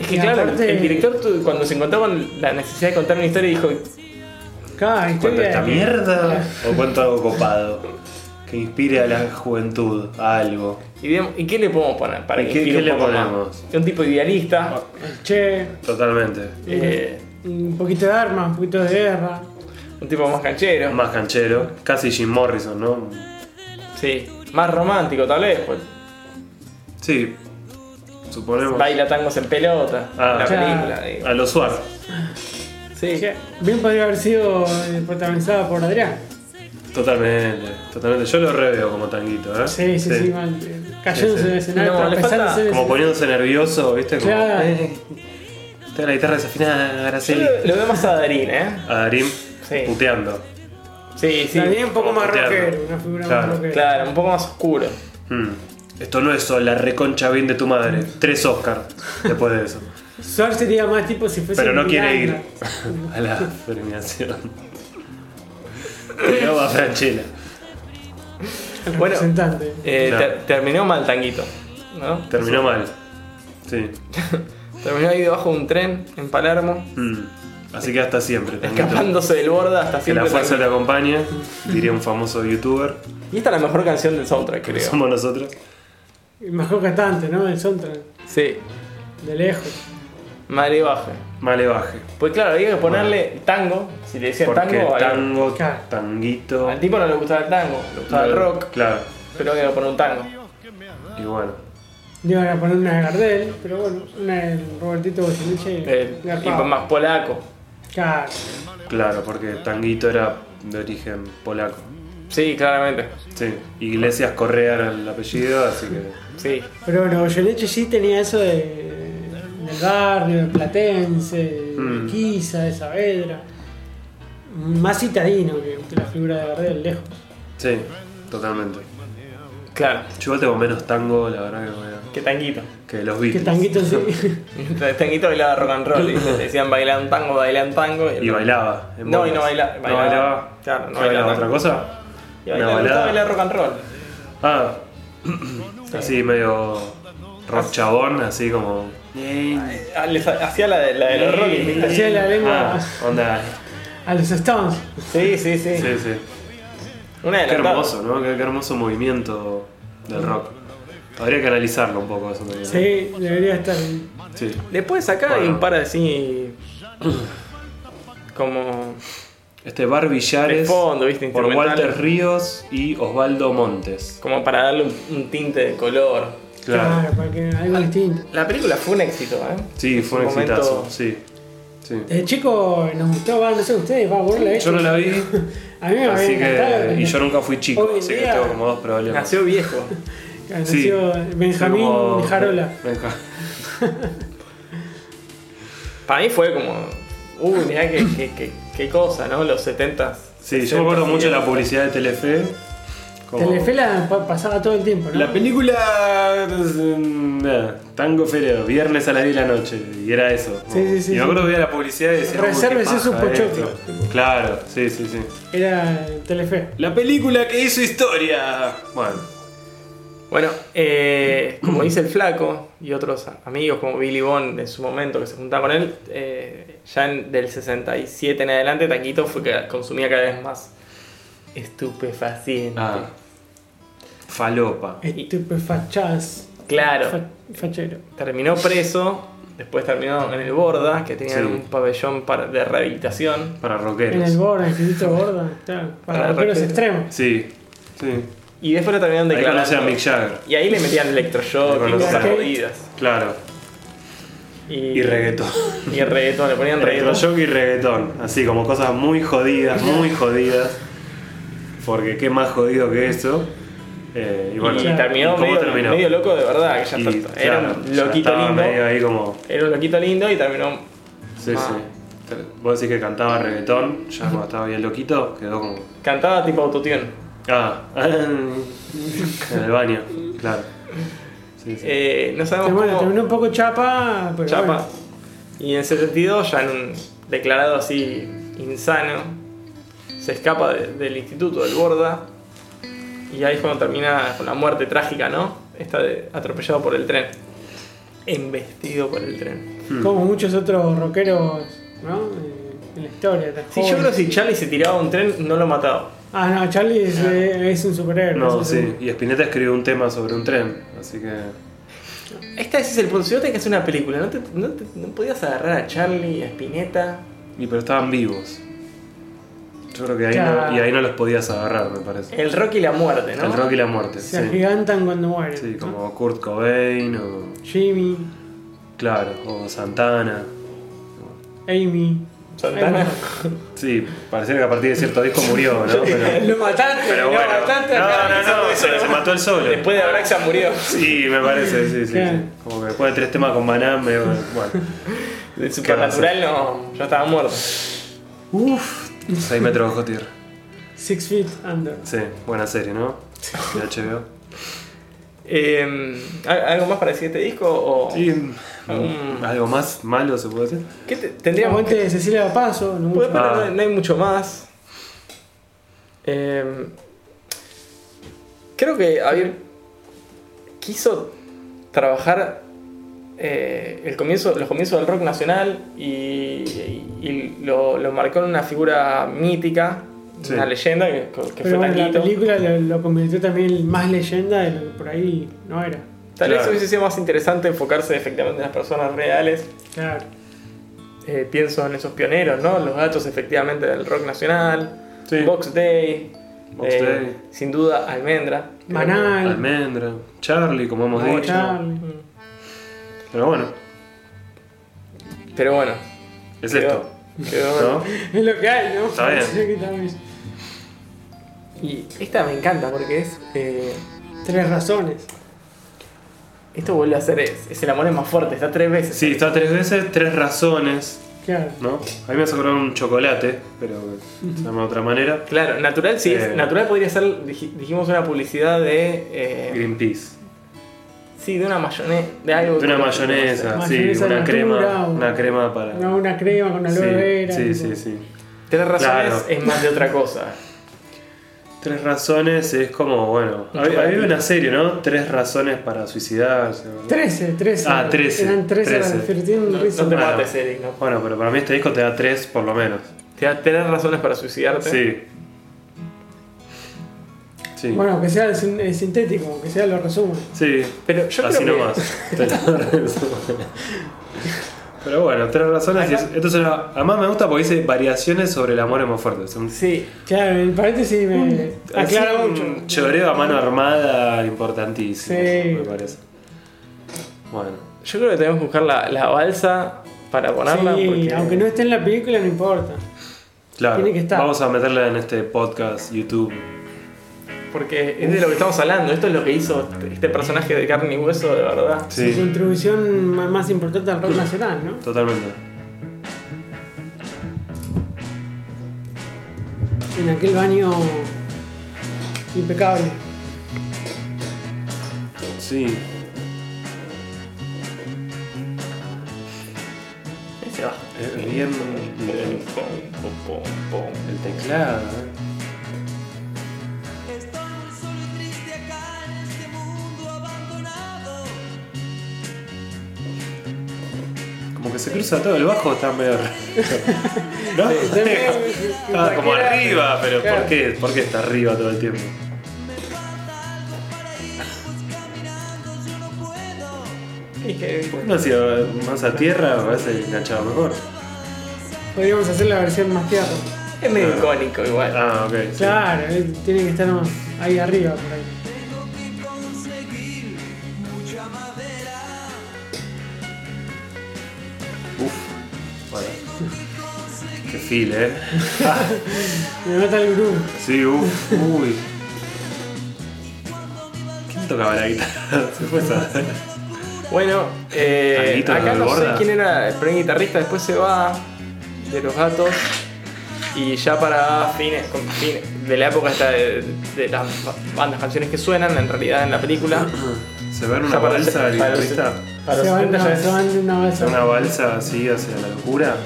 Es que
Y
claro,
aparte-
el director tu- cuando se encontró con la necesidad de contar una historia dijo,
Cada
¿Cuánto
historia.
esta mierda? ¿O cuánto algo copado? Que inspire a la juventud a algo.
¿y, de- y qué le podemos poner? Para
¿Y
que
qué-
inspire
qué
un
le
poco más?
ponemos? Ah.
Un tipo idealista.
Che,
Totalmente.
eh,
un poquito de armas, un poquito de guerra.
un tipo más canchero.
Más canchero. Casi Jim Morrison, ¿no?
Sí. Más romántico tal vez. pues.
Sí. Suponemos.
Baila tangos en pelota.
Ah.
la
Ya.
película. digo.
A los Suar.
Sí.
Che, bien podría haber sido eh, protagonizada por Adrián.
Totalmente. Totalmente. Yo lo reveo como tanguito, ¿eh?
Sí, sí, sí, mal. eh, Cayéndose
Sí, sí.
del escenario,
No, le falta-
tropezándose en el
Como poniéndose nervioso, ¿viste? Como.
Claro.
"Eh, está la guitarra desafinada,
Yo
Araceli.
lo, lo veo más a Darín, ¿eh?
A Darín
Sí.
puteando.
Sí, sí.
También un poco más
Claro.
rockero, una figura
Claro.
más rockera.
Claro, un poco más oscuro.
Mm. Esto no es la reconcha bien de tu madre. Tres Oscar después de eso.
Suar sería más tipo si fuese.
Pero no quiere ir <laughs>
Miranda.
a la premiación. Pero va Franchella.
El
Bueno.
representante.
Eh,
Claro.
ter- terminó mal Tanguito, ¿no?
Terminó mal. Sí.
Terminó ahí debajo de un tren en Palermo,
Mm. Así que hasta siempre. Tanguito.
escapándose del borda hasta
Que la
siempre.
fuerza te
Tanguito.
acompañe, diría un famoso youtuber.
Y esta es la mejor canción del soundtrack, creo.
Somos nosotros.
El mejor cantante, ¿no? El soundtrack.
Sí,
De lejos.
madre baja.
Malevaje.
Pues claro, había que ponerle tango, si le decían
Porque
tango, al-
tango,
Claro.
tanguito.
al tipo no le gustaba el tango, le gustaba el rock,
Claro.
pero había que poner un tango.
Y bueno.
Le iban a poner una de Gardel, pero bueno, una de Robertito Bocinucci.
Eh, y
garpaba.
más polaco.
Claro.
Claro, porque tanguito era de origen polaco.
Sí, claramente.
Sí. Iglesias Correa era el apellido, así que.
Sí.
Pero bueno, Bocinucci sí tenía eso de, del barrio, de Platense, de
Mm.
Quiza, de Saavedra. Más citadino que que la figura de Gardel, lejos.
Sí, totalmente.
Claro,
Yo igual tengo menos tango, la verdad que bueno,
que <laughs> tanguito.
que los
Que
Beatles.
tanguito sí.
Mientras Tanguito bailaba rock and roll, y
<laughs>
le decían bailan tango, bailan tango.
Y bailaba. en
No,
bolas.
y no baila-
¿No
bailaba.
bailaba?
Claro, no
¿Qué bailaba?
bailaba.
¿Otra cosa?
Y
Una
bailaba,
balada.
bailar rock and roll. <clears throat>
Ah, así medio rock chabón, así como.
Ah, les ha- Hacía la de, la de Eh, los Rolling, ¿viste?
Hacía la lengua.
Ah, onda.
<laughs> A los Stones.
Sí, sí, sí.
Sí, sí.
Una de
Qué hermoso, ¿no? Qué, qué hermoso movimiento del rock. Habría que analizarlo un poco eso también.
Sí, debería estar.
Sí.
Después acá hay
Bueno.
un par de así. Como.
Este Bar
De
Villares
fondo, ¿viste?
por
Instrumental.
Walter Ríos y Osvaldo Montes.
Como para darle un, un tinte de color.
Claro.
Claro, porque algo distinto.
La película fue un éxito, ¿eh?
Sí,
En
fue
su
un
momento-
exitazo. Sí. sí.
Desde chico nos gustó, va, no sé ustedes, va, vos la viste.
Yo no la vi,
A mí Eh, me había
así que.
encantado.
Y yo nunca fui chico,
Hoy en
así que
día-
tengo como dos problemas.
Nació viejo.
Nació
Sí.
Benjamín
Soy como-
Jarola.
Benja-
Para mí fue como. Uy, mirá qué, qué, qué- qué cosa, ¿no? Los 70
Sí, yo me acuerdo mucho de la publicidad de Telefe. como-
Telefe la pa- pasaba todo el tiempo, ¿no?
La película. eh, nada, Tango Fereo, viernes a las 10 de la noche. Y era eso.
Sí, sí, sí,
Y me
sí.
acuerdo que veía la publicidad y decía. "Uy, qué
Resérvese
paja
sus pochoclos".
esto. Claro, sí, sí, sí.
Era Telefe.
La película que hizo historia. Bueno,
Bueno, eh, como dice el flaco y otros amigos como Billy Bond en su momento que se juntaban con él, eh, ya en- del 67 en adelante Taquito fue que consumía cada vez más estupefaciente.
ah, Falopa.
Y-
Estupefachas.
Claro,
Este, pues, Fa- fachero.
terminó preso Después terminó en el Borda, que tenían
Sí.
un pabellón para- de rehabilitación.
Para
En el
rockeros.
Borda, el Instituto
<laughs>
Borda, claro,
Ah,
para rockeros
rockero.
extremos.
Sí, sí.
Y después lo terminaron
Ahí conoce a Mick
declarando.
Jagger.
Y ahí le metían electroshock
Ahí
y
conoce
cosas
a-
jodidas.
Claro.
Y,
Y reggaetón.
Y el reggaetón, le ponían reggaetón.
Electroshock y reggaetón. Así como cosas muy jodidas, muy jodidas. Porque qué más jodido que eso. Eh, y bueno,
y terminó,
¿cómo
medio,
terminó?
medio loco de verdad. que ya
Y,
está- era
claro,
un
ya
loquito
estaba
lindo.
medio ahí como.
Era un loquito lindo y terminó.
Sí,
Ah.
sí. Vos decís que cantaba reggaetón, ya cuando estaba bien loquito, quedó como.
Cantaba tipo autotune.
Ah, <laughs> en el baño, claro. Sí, sí.
Eh, no
Pero
sabemos
bueno,
cómo.
terminó un poco chapa, pero
Chapa.
bueno.
Y en 72, ya en un declarado así insano, se escapa de- del instituto, del Borda. Y ahí es cuando termina con la muerte trágica, ¿no? Está de- atropellado por el tren. Embestido por el tren.
Hmm.
Como muchos otros rockeros, ¿no? Eh, En la historia. tan
Sí, yo
joven.
creo que si Charlie se tiraba a un tren, no lo mataba.
Ah, no, Charlie es, eh, es un superhéroe.
No,
es
sí.
un-
Y Spinetta escribió un tema sobre un tren, así que.
Esta ese es el punto. Si vos tenés que hacer una película, no, te, no, te- no podías agarrar a Charlie, a Spinetta.
Y pero estaban vivos. Yo creo que ahí
Claro.
no, y ahí no los podías agarrar, me parece.
El rock y la muerte, ¿no?
El rock y la muerte.
Se
Sí,
agigantan cuando mueren.
Sí,
¿no?
como Kurt Cobain o.
Jimmy,
Claro, o Santana.
Amy.
Santana.
Sí, pareciera que a partir de cierto disco murió, ¿no? Pero,
Lo mataste,
pero
lo
bueno.
mataste.
No, no, no, se, se mató el solo.
Después de Abraxa murió.
Sí, me parece, sí, sí,
Claro.
sí. Como que después de tres temas con Banán, me- bueno.
El supernatural no, ya estaba muerto.
Uff, 6 metros bajo tierra.
Six Feet Under.
Sí, buena serie, ¿no? De HBO.
Eh, ¿al- ¿Algo más para decir este disco? O
Sí,
Mm.
algo más malo se puede decir.
¿Qué te-
Tendría
tendríamos
muerte
que-
de Cecilia Paso. No
Porque
mucho.
después
Ah.
no, no hay mucho más. Eh, creo que Javier quiso trabajar eh, el comienzo, los comienzos del rock nacional y, y- y lo, lo marcó en una figura mítica,
Sí.
una leyenda que, que fue
Pero bueno, la
Tanguito.
película lo, lo convirtió también en más leyenda de lo que por ahí no era.
Tal vez
Claro.
hubiese sido más interesante enfocarse efectivamente en las personas reales.
Claro.
Eh, pienso en esos pioneros, ¿no? Los gatos efectivamente del rock nacional,
Sí.
Box Day,
Box
eh,
Day.
sin duda Almendra.
Manal,
Almendra, Charlie, como hemos
Como
dicho.
Charlie.
Pero bueno,
Pero bueno,
es
quedó-
esto.
quedó-
¿No?
Es lo que hay, ¿no?
Está bien.
<laughs> Sí, que está bien.
Y esta me encanta porque es. eh,
Tres razones.
esto vuelve a ser. Es, es el amor es más fuerte, está tres veces.
Sí, está tres veces, tres razones,
Claro.
¿no? A mí me hace acordar un chocolate, pero se llama de otra manera.
Claro, natural sí, es-
Eh.
natural podría ser, dij- dijimos, una publicidad de. eh,
Greenpeace.
sí, de una mayonesa. De algo.
De una
con-
mayonesa, sí,
Mayonesa
una
natura,
crema,
o-
una crema para...
No, una crema con aloe vera.
sí, sí,
tipo.
sí, sí.
Tres razones
Claro.
es más de otra cosa.
Tres razones es como, bueno,
Un
hab- había
chocolate.
una serie, ¿no? Tres razones para suicidarse. ¿no?
Trece, trece.
Ah, trece,
Eran trece,
trece.
las 13
No, no te
Bueno.
mates, Eric, no.
Bueno, pero para mí este disco te da tres por lo menos.
Te da tres razones para suicidarte.
Sí. Sí.
Bueno, que sea el sin- el sintético, que sea lo resumo.
sí.
Pero yo
Así
creo que-
nomás. <laughs> Te la resumo. pero bueno, tres razones. y es- esto es una- además me gusta porque dice variaciones sobre el amor es más fuerte. Es un-
Sí,
Claro, el paréntesis me aclara
es un
Ah, mucho.
Choreo a mano armada importantísimo,
Sí.
me parece. Bueno.
yo creo que tenemos que buscar la, la balsa para ponerla.
Sí,
porque-
aunque no esté en la película, no importa.
Claro,
Tiene que estar.
vamos a meterla en este podcast, YouTube.
Porque es de lo que estamos hablando. Esto es lo que hizo este personaje de carne y hueso, de verdad.
Su contribución ma- más importante al rock nacional, ¿no?
totalmente.
En aquel baño impecable.
Sí.
Ese bajo.
Es bien el, el teclado. ¿eh?
Estoy solo y triste acá en este mundo abandonado.
Como que se cruza todo el bajo, está medio. raro. ¿No? <laughs> Está como
eh, Cualquiera-
arriba, pero
Claro.
¿por qué? ¿Por qué está arriba todo el tiempo?
Me falta algo para ir, pues caminando yo no puedo.
Y que-
¿Por qué no hacía más a tierra? Me parece que enganchaba mejor.
Podríamos hacer la versión más tierra.
Es medio
Ah.
icónico igual.
Ah, ok. sí.
Claro, eh, tiene que estar más ahí arriba por ahí.
Uf. Bueno. Qué feel, eh.
Me mata el groove.
Sí, uff, uy. ¿Quién tocaba la <laughs> guitarra? Se fue esa.
Bueno, eh,
Alguito
acá
de
no sé
gorda.
quién era el primer guitarrista, después se va de los gatos. Y ya para fines, con fines de la época esta de, de las ba- bandas canciones que suenan en realidad en la película.
Se ve en
ya
una
para el-
balsa el
para los-
guitarrista.
para los
Se van,
70 ya
no,
es-
se van de una
Se ve
balsa.
una balsa así hacia la locura.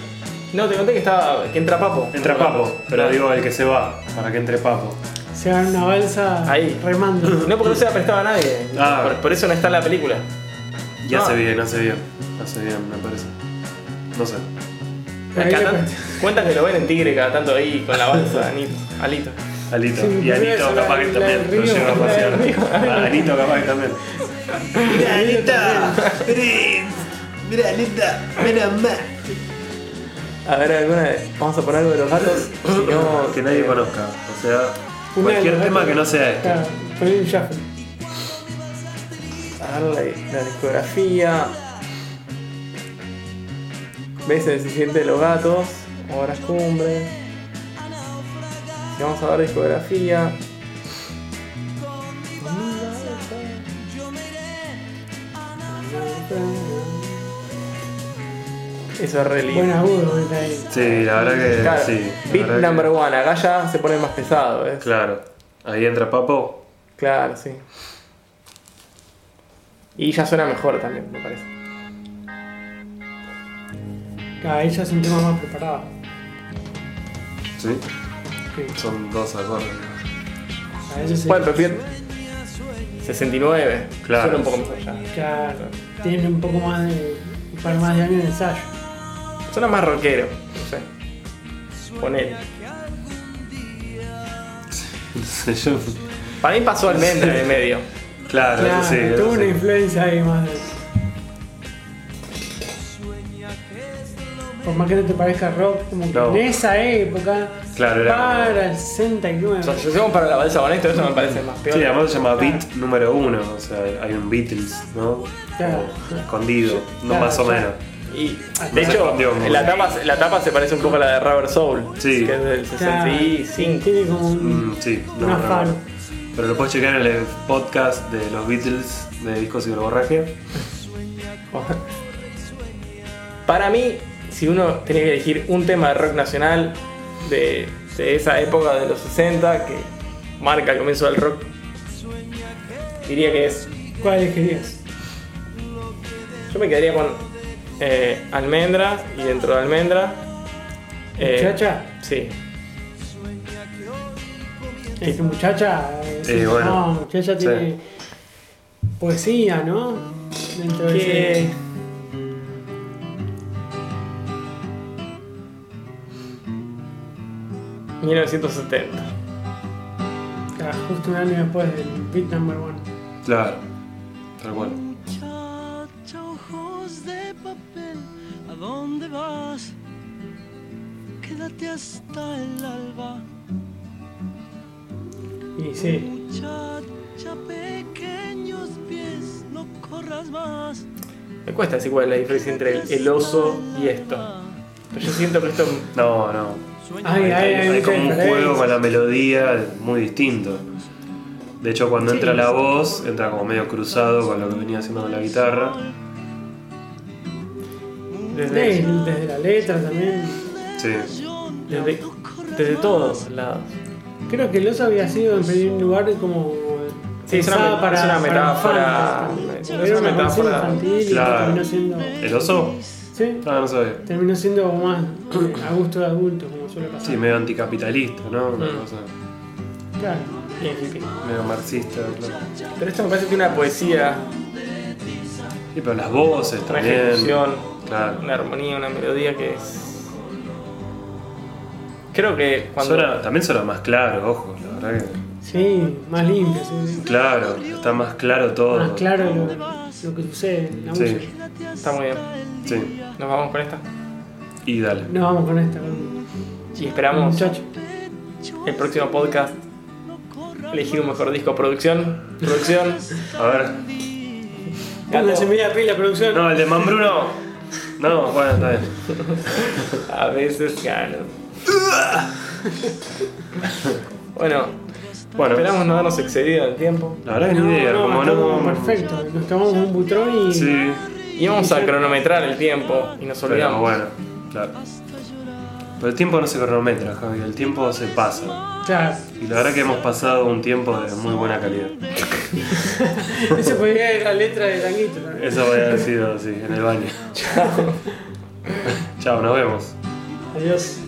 No, te conté que estaba. que entra Papo.
Entra Papo, pero
No.
digo el que se va, para que entre Papo.
Se van una balsa
Ahí.
remando.
No, porque no se la prestaba a nadie.
Ah.
Por, por eso no está en la película.
Y
Ah.
hace bien, hace bien. Hace bien, me parece. No sé.
Ahí
Acá
le
tan-
cuesta.
cuentan que lo ven en Tigre cada tanto ahí con la <laughs> balsa, Anito. Alito.
Alito.
Sí,
y Anito
esa la-
capaz que
la
también.
del
Lo
río,
lleva a
la del río.
pasear. A Anito capaz que también.
Mira, Anita, Prince. Mira, Anita, mira, más.
A ver, alguna de- Vamos a poner algo de los gatos. si no,
<laughs> que nadie
eh,
conozca. O sea,
Una de
cualquier
las
tema
gatas-
que no sea este.
Claro, poner un shuffle.
A ver la, la discografía. Veces se siente los gatos. Horas cumbre. Si vamos a ver discografía. Eso es re lindo.
Buen agudo está ahí.
Sí, la verdad que
Claro,
sí. la
beat
verdad que-
number one, acá ya se pone más pesado, ¿ves?
Claro. Ahí entra Papo.
Claro, sí. Y ya suena mejor también, me parece.
Claro, ahí ya es un tema más preparado.
Sí.
Sí.
Son dos acordes.
A ellos se-
Bueno, pero fíjate. 69.
Claro.
Suena un poco mejor ya.
Claro, tienen un poco más de. un par más de años de ensayo.
Suena más rockero. No sé. Ponele.
No sé, <laughs> yo-
Para mí pasó al Mendel en el medio.
Claro,
Claro,
sí.
tuvo una
sí.
influencia ahí más. de- Por más que no te parezca rock, como que
No.
en esa época,
Claro, era como-
para el 69.
O sea, si hacemos para la balsa con esto, eso me parece más peor.
Sí, además se llama Beat número uno, o sea, hay un Beatles, ¿no?
Claro.
Como Escondido, no
Claro,
más o
claro.
menos.
Y de
No se
hecho,
escondió mucho.
la tapa, la tapa se parece un poco a la de Rubber Soul.
Sí.
Que es del
Claro,
65.
Tiene como un.
Mm, sí, no,
Una
no, no.
faro.
Pero lo puedes checar en el podcast de los Beatles de Discos y Borraje.
Para mí, si uno tenía que elegir un tema de rock nacional de, de esa época de los 60 que marca el comienzo del rock, diría que es.
¿Cuál elegirías?
Yo me quedaría con eh, Almendra y dentro de Almendra. eh,
¿Muchacha?
Sí.
Es que ¿Este muchacha. eh,
Eh, bueno.
No, muchacha tiene.
Sí.
poesía, ¿no? Dentro de
Que-
ese-
...1970...
Claro, ah, justo un año después del beat number one.
Claro, tal cual.
Muchacha, ojos de papel, ¿a dónde vas? Quédate hasta el alba,
Y sí,
muchacha, pequeños pies, no corras más.
Me cuesta decir cuál es la diferencia entre el, el oso y esto. Pero yo siento que esto.
No, no.
Ay,
Hay,
ay, ay,
hay
mucha
como un
diferencia.
juego con la melodía muy distinto. De hecho, cuando entra la voz, entra como medio cruzado con lo que venía haciendo con la guitarra.
Desde,
desde, desde la letra también.
Sí.
desde, desde todos lados.
Creo que el oso había sido en primer lugar como.
Sí, es una
pensada
me- es una metáfora-
fans.
es
Era
una
canción
metáfora.
infantil y
Claro.
terminó siendo.
¿El oso?
Sí,
Ah, no sabía.
terminó siendo más eh, a gusto de adultos, como suele pasar.
Sí, medio anticapitalista, ¿no? Una
Mm.
cosa
Claro.
Y en fin.
medio marxista, claro.
Pero esto me parece que tiene una poesía,
Sí, pero las voces
una
también.
ejecución,
Claro.
una armonía, una melodía que es. Creo que cuando.
Suena- también suena más claro, ojo, la verdad que.
Sí, más limpio, sí.
Claro, está más claro todo.
Más claro lo- lo que sucede en la
Sí.
música.
Está muy bien.
Sí.
Nos vamos con esta.
Y dale.
Nos vamos con esta, con-
Y
con
esperamos
muchacho.
el próximo podcast. Elegir un mejor disco. Producción. Producción.
A ver.
Pónganse media pila, producción.
No, el de Mambruno. No, bueno, está bien.
A veces gano. <laughs> bueno,
Bueno,
esperamos no habernos excedido en el tiempo.
la verdad que ni idea, como
está
no.
como Perfecto, nos tomamos un butrón y.
Sí,
Íbamos a cronometrar el tiempo y nos
pero
olvidamos.
bueno, claro. Pero el tiempo no se cronometra, Javi, el tiempo se pasa.
Claro,
Y la verdad que hemos pasado un tiempo de muy buena calidad.
esa podría ser la letra de Tanguito también.
Eso había <laughs> sido así, en el baño. Chao, nos vemos.
Adiós.